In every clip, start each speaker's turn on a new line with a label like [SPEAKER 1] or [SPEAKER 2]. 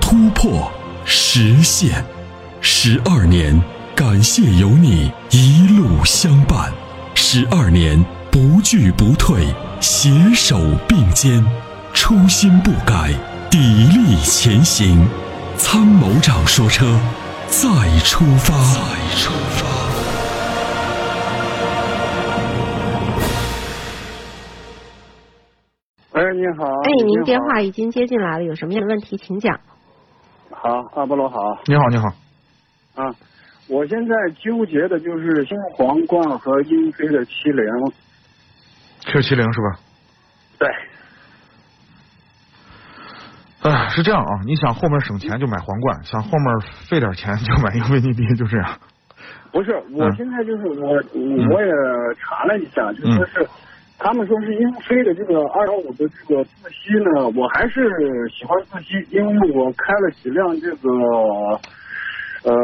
[SPEAKER 1] 突破、实现，十二年，感谢有你一路相伴，十二年不惧不退，携手并肩，初心不改，砥砺前行。参谋长说车，再出发。再出发。
[SPEAKER 2] 喂，您好。
[SPEAKER 3] 哎，您电
[SPEAKER 2] 好
[SPEAKER 3] 话已经接进来了，有什么样的问题请讲。
[SPEAKER 2] 好，阿波罗好
[SPEAKER 4] 你好，你好。
[SPEAKER 2] 啊！我现在纠结的就是新皇冠和英菲的七零。
[SPEAKER 4] Q 7 0是吧？
[SPEAKER 2] 对，
[SPEAKER 4] 哎，是这样啊，你想后面省钱就买皇冠，想后面费点钱就买英菲尼迪，就这样。
[SPEAKER 2] 不是，我
[SPEAKER 4] 嗯
[SPEAKER 2] 现在就是我，我也查了一下，就说是他们说是英菲的这个二点五的这个自吸呢，我还是喜欢自吸，因为我开了几辆这个。呃，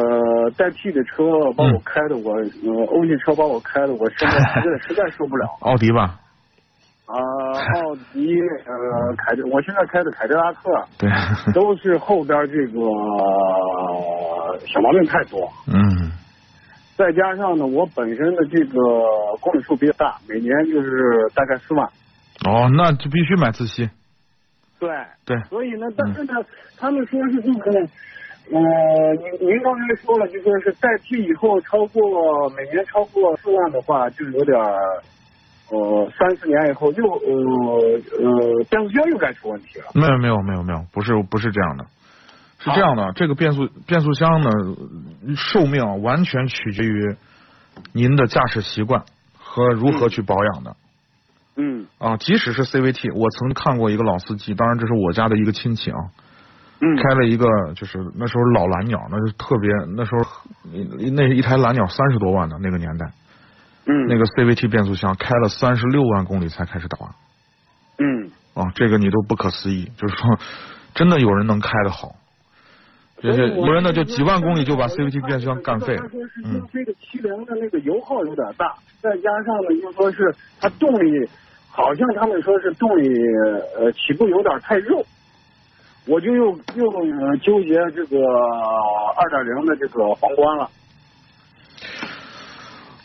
[SPEAKER 2] 代替的车把我开的我，呃，欧系车把我开的，我现在实在实在受不了。
[SPEAKER 4] 奥迪吧，
[SPEAKER 2] 啊、奥迪，呃，凯迪，我现在开的凯迪拉克，
[SPEAKER 4] 对，
[SPEAKER 2] 都是后边这个呃小毛病太多，
[SPEAKER 4] 嗯
[SPEAKER 2] 再加上呢，我本身的这个公里数比较大，每年就是大概四万。
[SPEAKER 4] 哦，那就必须买自吸。
[SPEAKER 2] 对，
[SPEAKER 4] 对，
[SPEAKER 2] 所以呢，但是呢，他们说是这个，呃，您您刚才说了，就说是代替以后超过每年超过四万的话，就有点儿，呃，三四年以后又呃呃变速箱又该出问题了。
[SPEAKER 4] 没有没有没有没有，不是不是这样的，是这样的，这个变速变速箱呢，寿命啊完全取决于您的驾驶习惯和如何去保养的。
[SPEAKER 2] 嗯
[SPEAKER 4] 啊，即使是 CVT，我曾看过一个老司机，当然这是我家的一个亲戚啊，
[SPEAKER 2] 嗯
[SPEAKER 4] 开了一个就是那时候老蓝鸟，那是特别那时候那一台蓝鸟三十多万的那个年代，
[SPEAKER 2] 嗯
[SPEAKER 4] 那个 CVT 变速箱开了三十六万公里才开始打滑
[SPEAKER 2] 嗯。
[SPEAKER 4] 啊，这个你都不可思议，就是说真的有人能开得好，这些有人呢就几万公里就把 CVT 变速箱干废了
[SPEAKER 2] 他说是
[SPEAKER 4] 嗯
[SPEAKER 2] 英菲的七零的那个油耗有点大，再加上呢，就说是它动力，好像他们说是动力呃起步有点太肉，我就又又呃纠结这个二点零的这个皇冠了。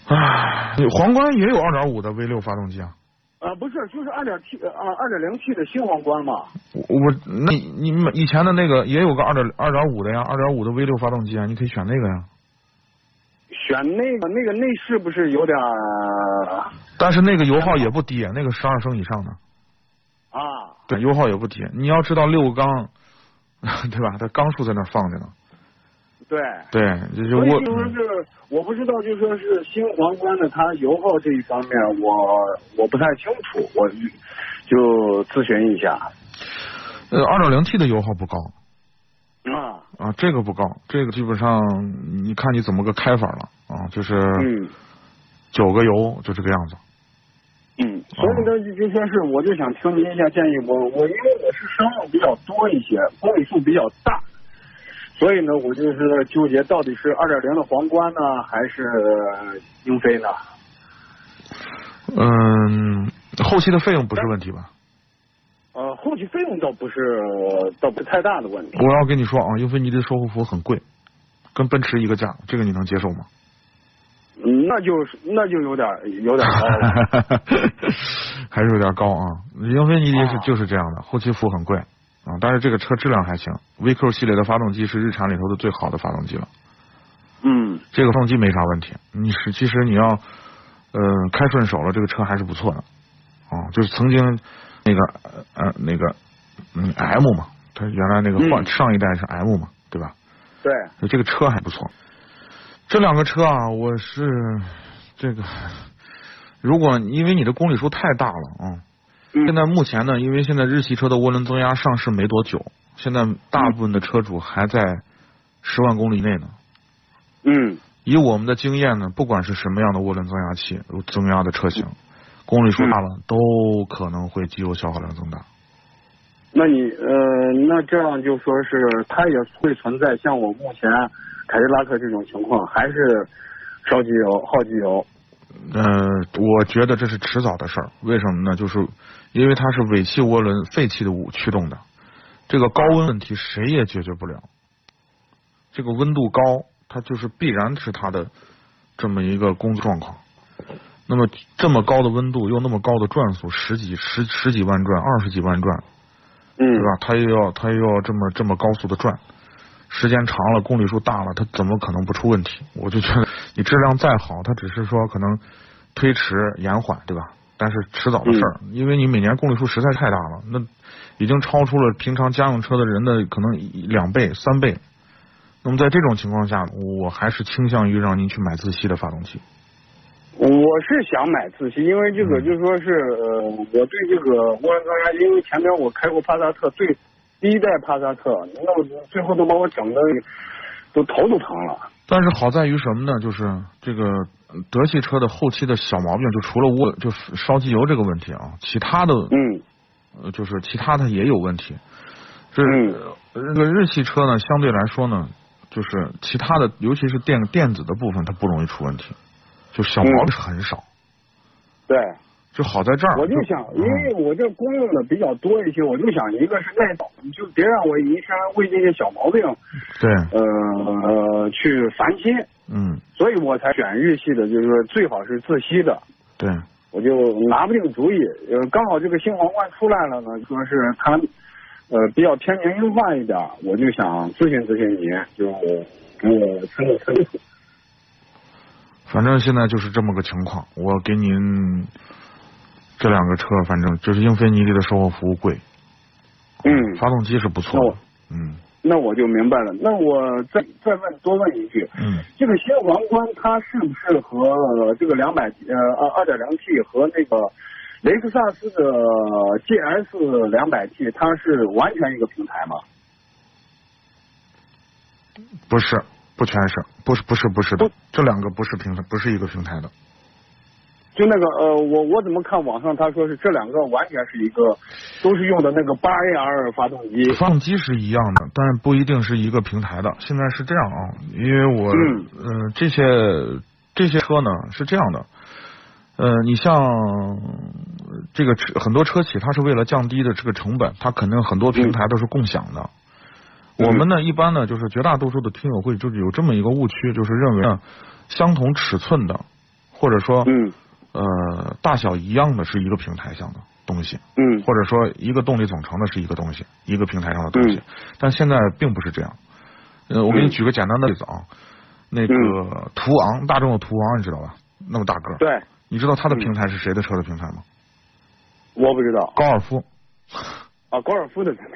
[SPEAKER 4] 啊，皇冠也有二点五的 V 六发动机啊，
[SPEAKER 2] 呃，不是，就是二点 T 啊，二点零 T 的新皇冠嘛。
[SPEAKER 4] 我我那你你们以前的那个也有个二点二点五的呀，二点五的 V 六发动机啊，你可以选那个呀。
[SPEAKER 2] 选那个那个内饰不是有点儿
[SPEAKER 4] 但是那个油耗也不低，啊那个十二升以上的，
[SPEAKER 2] 啊？
[SPEAKER 4] 对，油耗也不低。你要知道六缸， 对吧？它缸数在那儿放着呢。
[SPEAKER 2] 对。
[SPEAKER 4] 对，就是
[SPEAKER 2] 所以
[SPEAKER 4] 我
[SPEAKER 2] 就说
[SPEAKER 4] 嗯
[SPEAKER 2] 是我不知道，就说是新皇冠的它油耗这一方面，我我不太清楚，我就咨询一下。
[SPEAKER 4] 呃二点零 T 的油耗不高
[SPEAKER 2] 啊，
[SPEAKER 4] 啊，这个不高，这个基本上你看你怎么个开法了啊，就是
[SPEAKER 2] 嗯
[SPEAKER 4] 九个油就这个样子。
[SPEAKER 2] 嗯，所以呢，就就说是我就想听您一下建议，我我因为我是商务比较多一些，公里数比较大。所以呢，我就是纠结到底是二点零的皇冠呢，还是英菲呢？
[SPEAKER 4] 嗯，后期的费用不是问题吧？
[SPEAKER 2] 呃，后期费用倒不是倒不是太大的问题。
[SPEAKER 4] 我要跟你说啊，英菲尼迪的售后服务很贵，跟奔驰一个价，这个你能接受吗？
[SPEAKER 2] 嗯，那就是那就有点有点高了。
[SPEAKER 4] 还是有点高啊。英菲尼迪是
[SPEAKER 2] 啊
[SPEAKER 4] 就是这样的，后期服很贵啊，但是这个车质量还行。VQ 系列的发动机是日产里头的最好的发动机了，
[SPEAKER 2] 嗯
[SPEAKER 4] 这个发动机没啥问题。你是其实你要呃开顺手了，这个车还是不错的啊。就是曾经那个呃那个嗯 M 嘛，它原来那个
[SPEAKER 2] 嗯
[SPEAKER 4] 换、上一代是 M 嘛，对吧？，
[SPEAKER 2] 对，
[SPEAKER 4] 就这个车还不错。这两个车啊，我是这个，如果因为你的公里数太大了啊、嗯
[SPEAKER 2] 嗯
[SPEAKER 4] 现在目前呢，因为现在日系车的涡轮增压上市没多久，现在大部分的车主还在十万公里内呢。
[SPEAKER 2] 嗯
[SPEAKER 4] 以我们的经验呢，不管是什么样的涡轮增压器、增压的车型，公里数大了，都可能会机油消耗量增大。
[SPEAKER 2] 那你呃，那这样就说是它也会存在像我目前凯迪拉克这种情况，还是烧机油、耗机油。
[SPEAKER 4] 呃，我觉得这是迟早的事儿。为什么呢？就是因为它是尾气涡轮废气的物驱动的，这个高温问题谁也解决不了。这个温度高，它就是必然是它的这么一个工作状况。那么这么高的温度，又那么高的转速，十几十十几万转、二十几万转，
[SPEAKER 2] 嗯
[SPEAKER 4] 对吧？它又要它又要这么这么高速的转，时间长了，公里数大了，它怎么可能不出问题？我就觉得你质量再好，它只是说可能推迟延缓，对吧？但是迟早的事儿，因为你每年公里数实在太大了，那已经超出了平常家用车的人的可能一两倍、三倍。那么在这种情况下，我还是倾向于让您去买自吸的发动机。
[SPEAKER 2] 我是想买自吸，因为这个就说是呃，我对这个涡轮增压，因为前面我开过帕萨特，对第一代帕萨特，那我最后都把我整的都头都疼了。
[SPEAKER 4] 但是好在于什么呢？就是这个德系车的后期的小毛病，就除了涡就是烧机油这个问题啊，其他的
[SPEAKER 2] 嗯
[SPEAKER 4] 呃就是其他的也有问题。这
[SPEAKER 2] 嗯
[SPEAKER 4] 这个日系车呢，相对来说呢，就是其他的，尤其是电电子的部分，它不容易出问题，就小毛病是很少。
[SPEAKER 2] 对，
[SPEAKER 4] 就好在这儿，
[SPEAKER 2] 嗯我就想，因为我这公用的比较多一些，我就想一个是耐倒，你就别让我一身为这些小毛病
[SPEAKER 4] 嗯对，
[SPEAKER 2] 呃呃去烦心，
[SPEAKER 4] 嗯，
[SPEAKER 2] 所以我才选日系的，就是说最好是自吸的。
[SPEAKER 4] 对，
[SPEAKER 2] 我就拿不定主意。呃，刚好这个新皇冠出来了呢，说是它，呃，比较偏年轻化一点儿，我就想咨询咨询你，就给我参考参考。
[SPEAKER 4] 反正现在就是这么个情况。我给您这两个车，反正就是英菲尼迪的售后服务贵，
[SPEAKER 2] 嗯
[SPEAKER 4] 发动机是不错
[SPEAKER 2] 那
[SPEAKER 4] 的
[SPEAKER 2] 我，
[SPEAKER 4] 嗯
[SPEAKER 2] 那我就明白了。那我再再问多问一句，
[SPEAKER 4] 嗯。
[SPEAKER 2] 这个新皇冠它是不是和呃这个两百呃二二点零 T 和那个雷克萨斯的 GS 两百 T 它是完全一个平台吗？
[SPEAKER 4] 不是，不全是，不是，不是，不是的
[SPEAKER 2] 不，
[SPEAKER 4] 这两个不是平台，不是一个平台的，
[SPEAKER 2] 就那个呃，我我怎么看网上他说是这两个完全是一个，都是用的那个八 AR 发动机。
[SPEAKER 4] 发动机是一样的，但是不一定是一个平台的。现在是这样啊，因为我，
[SPEAKER 2] 嗯
[SPEAKER 4] 呃，这些这些车呢是这样的，呃，你像呃这个车很多车企，它是为了降低的这个成本，它肯定很多平台都是共享的。
[SPEAKER 2] 嗯
[SPEAKER 4] 我们呢，一般呢，就是绝大多数的听友会就是有这么一个误区，就是认为呢，相同尺寸的，或者说，
[SPEAKER 2] 嗯
[SPEAKER 4] 呃，大小一样的是一个平台上的东西，
[SPEAKER 2] 嗯
[SPEAKER 4] 或者说一个动力总成的是一个东西，一个平台上的东西。
[SPEAKER 2] 嗯
[SPEAKER 4] 但现在并不是这样。呃，我给你举个简单的例子啊，那个途昂，大众的途昂你知道吧？那么大个儿，
[SPEAKER 2] 对，
[SPEAKER 4] 你知道它的平台是谁的车的平台吗？
[SPEAKER 2] 我不知道
[SPEAKER 4] 高尔夫
[SPEAKER 2] 啊，高尔夫的平 台。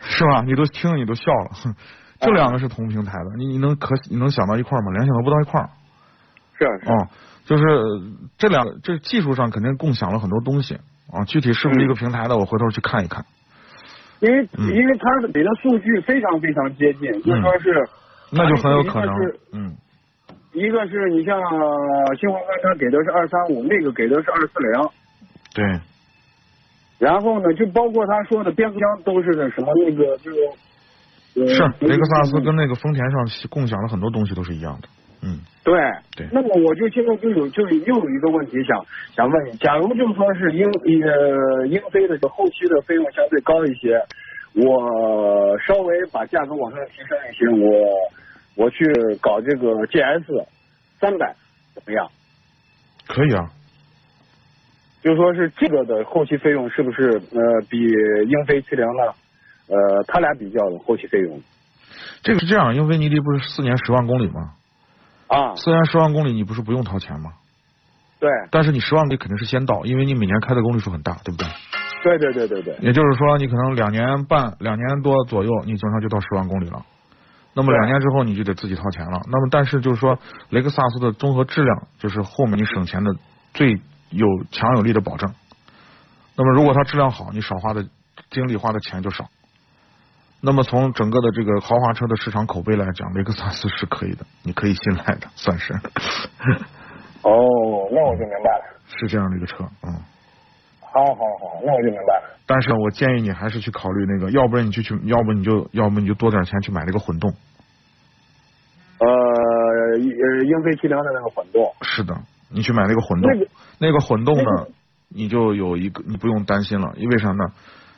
[SPEAKER 4] 是吧？你都听你都笑了， 哼这两个是同平台的，你你能可你能想到一块儿吗？联想都不到一块儿。
[SPEAKER 2] 是啊是啊
[SPEAKER 4] 哦，就是呃这两个，这技术上肯定共享了很多东西啊。具体是
[SPEAKER 2] 嗯
[SPEAKER 4] 不是一个平台的，我回头去看一看。
[SPEAKER 2] 因为
[SPEAKER 4] 嗯
[SPEAKER 2] 因为它给的数据非常非常接近，就说是
[SPEAKER 4] 那就很有可能
[SPEAKER 2] 一个是，
[SPEAKER 4] 嗯，
[SPEAKER 2] 一个是你像呃新皇冠它给的是二三五，那个给的是二四零，
[SPEAKER 4] 对，
[SPEAKER 2] 然后呢就包括他说的变速箱都是什么那个就。呃
[SPEAKER 4] 是雷克萨斯跟那个丰田上共享了很多东西都是一样的。嗯，
[SPEAKER 2] 对，
[SPEAKER 4] 对
[SPEAKER 2] 那么我就现在就有就又有一个问题想想问你，假如就说是英呃英菲的就后期的费用相对高一些，我稍微把价格往上提升一些，我我去搞这个 GS 三百怎么样？
[SPEAKER 4] 可以啊，
[SPEAKER 2] 就说是这个的后期费用是不是呃比英菲七零呢？呃，它俩比较的后期费用
[SPEAKER 4] 这个是这样，英菲尼迪不是四年十万公里吗？
[SPEAKER 2] 啊，
[SPEAKER 4] 四年十万公里你不是不用掏钱吗？
[SPEAKER 2] 对
[SPEAKER 4] 但是你十万公里肯定是先到，因为你每年开的公里数很大，对不对？
[SPEAKER 2] 对对对对对，
[SPEAKER 4] 也就是说，你可能两年半、两年多左右，你总上就到十万公里了。那么
[SPEAKER 2] 对
[SPEAKER 4] 两年之后，你就得自己掏钱了。那么，但是就是说，雷克萨斯的综合质量就是后面你省钱的最有强有力的保证。那么，如果它质量好，你少花的精力花的钱就少。那么从整个的这个豪华车的市场口碑来讲，雷克萨斯是可以的，你可以信赖的，算是
[SPEAKER 2] 哦，那我就明白了。
[SPEAKER 4] 是这样的一个车，嗯。
[SPEAKER 2] 好好好，那我就明白了。
[SPEAKER 4] 但是我建议你还是去考虑那个，要不然你就去，要不你就，要不你就多点钱去买那个混动。
[SPEAKER 2] 呃，英英菲七零的那个混动，
[SPEAKER 4] 是的，你去买那个混动
[SPEAKER 2] 那个，
[SPEAKER 4] 那个混动
[SPEAKER 2] 那
[SPEAKER 4] 呢， 你就有一个，你不用担心了，因为啥呢？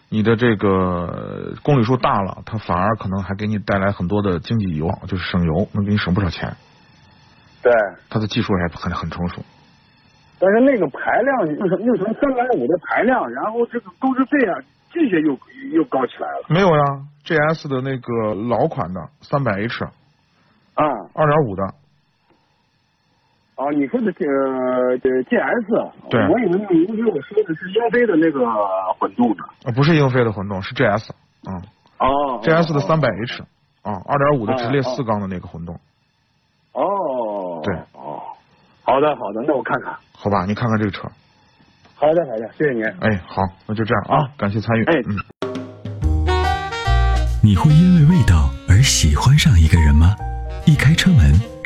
[SPEAKER 4] 你的这个公里数大了，它反而可能还给你带来很多的经济以往，就是省油，能给你省不少钱。
[SPEAKER 2] 对，
[SPEAKER 4] 它的技术也很很成熟。
[SPEAKER 2] 但是那个排量又成又成三百五的排量，然后这个购置费啊，这些又又高起来了
[SPEAKER 4] 没有呀，GS 的那个老款的三百 H，
[SPEAKER 2] 啊！
[SPEAKER 4] 二点五的，
[SPEAKER 2] 哦，你说的这呃这 GS，
[SPEAKER 4] 对
[SPEAKER 2] 我以为你一直我说的是英菲的那个混动呢。
[SPEAKER 4] 呃不是英菲的混动，是 GS，嗯
[SPEAKER 2] 哦
[SPEAKER 4] ，GS 的三
[SPEAKER 2] 百。
[SPEAKER 4] 百 H，啊，二点五的
[SPEAKER 2] 哦
[SPEAKER 4] 直列
[SPEAKER 2] 哦
[SPEAKER 4] 四缸的那个混动，
[SPEAKER 2] 哦，
[SPEAKER 4] 对
[SPEAKER 2] 哦，好的好的，那我看看。
[SPEAKER 4] 好吧，你看看这个车，
[SPEAKER 2] 好的好的，谢谢您。
[SPEAKER 4] 哎，好，那就这样啊，感谢参与，
[SPEAKER 2] 哎
[SPEAKER 4] 嗯。
[SPEAKER 1] 你会因为味道而喜欢上一个人吗？一开车门，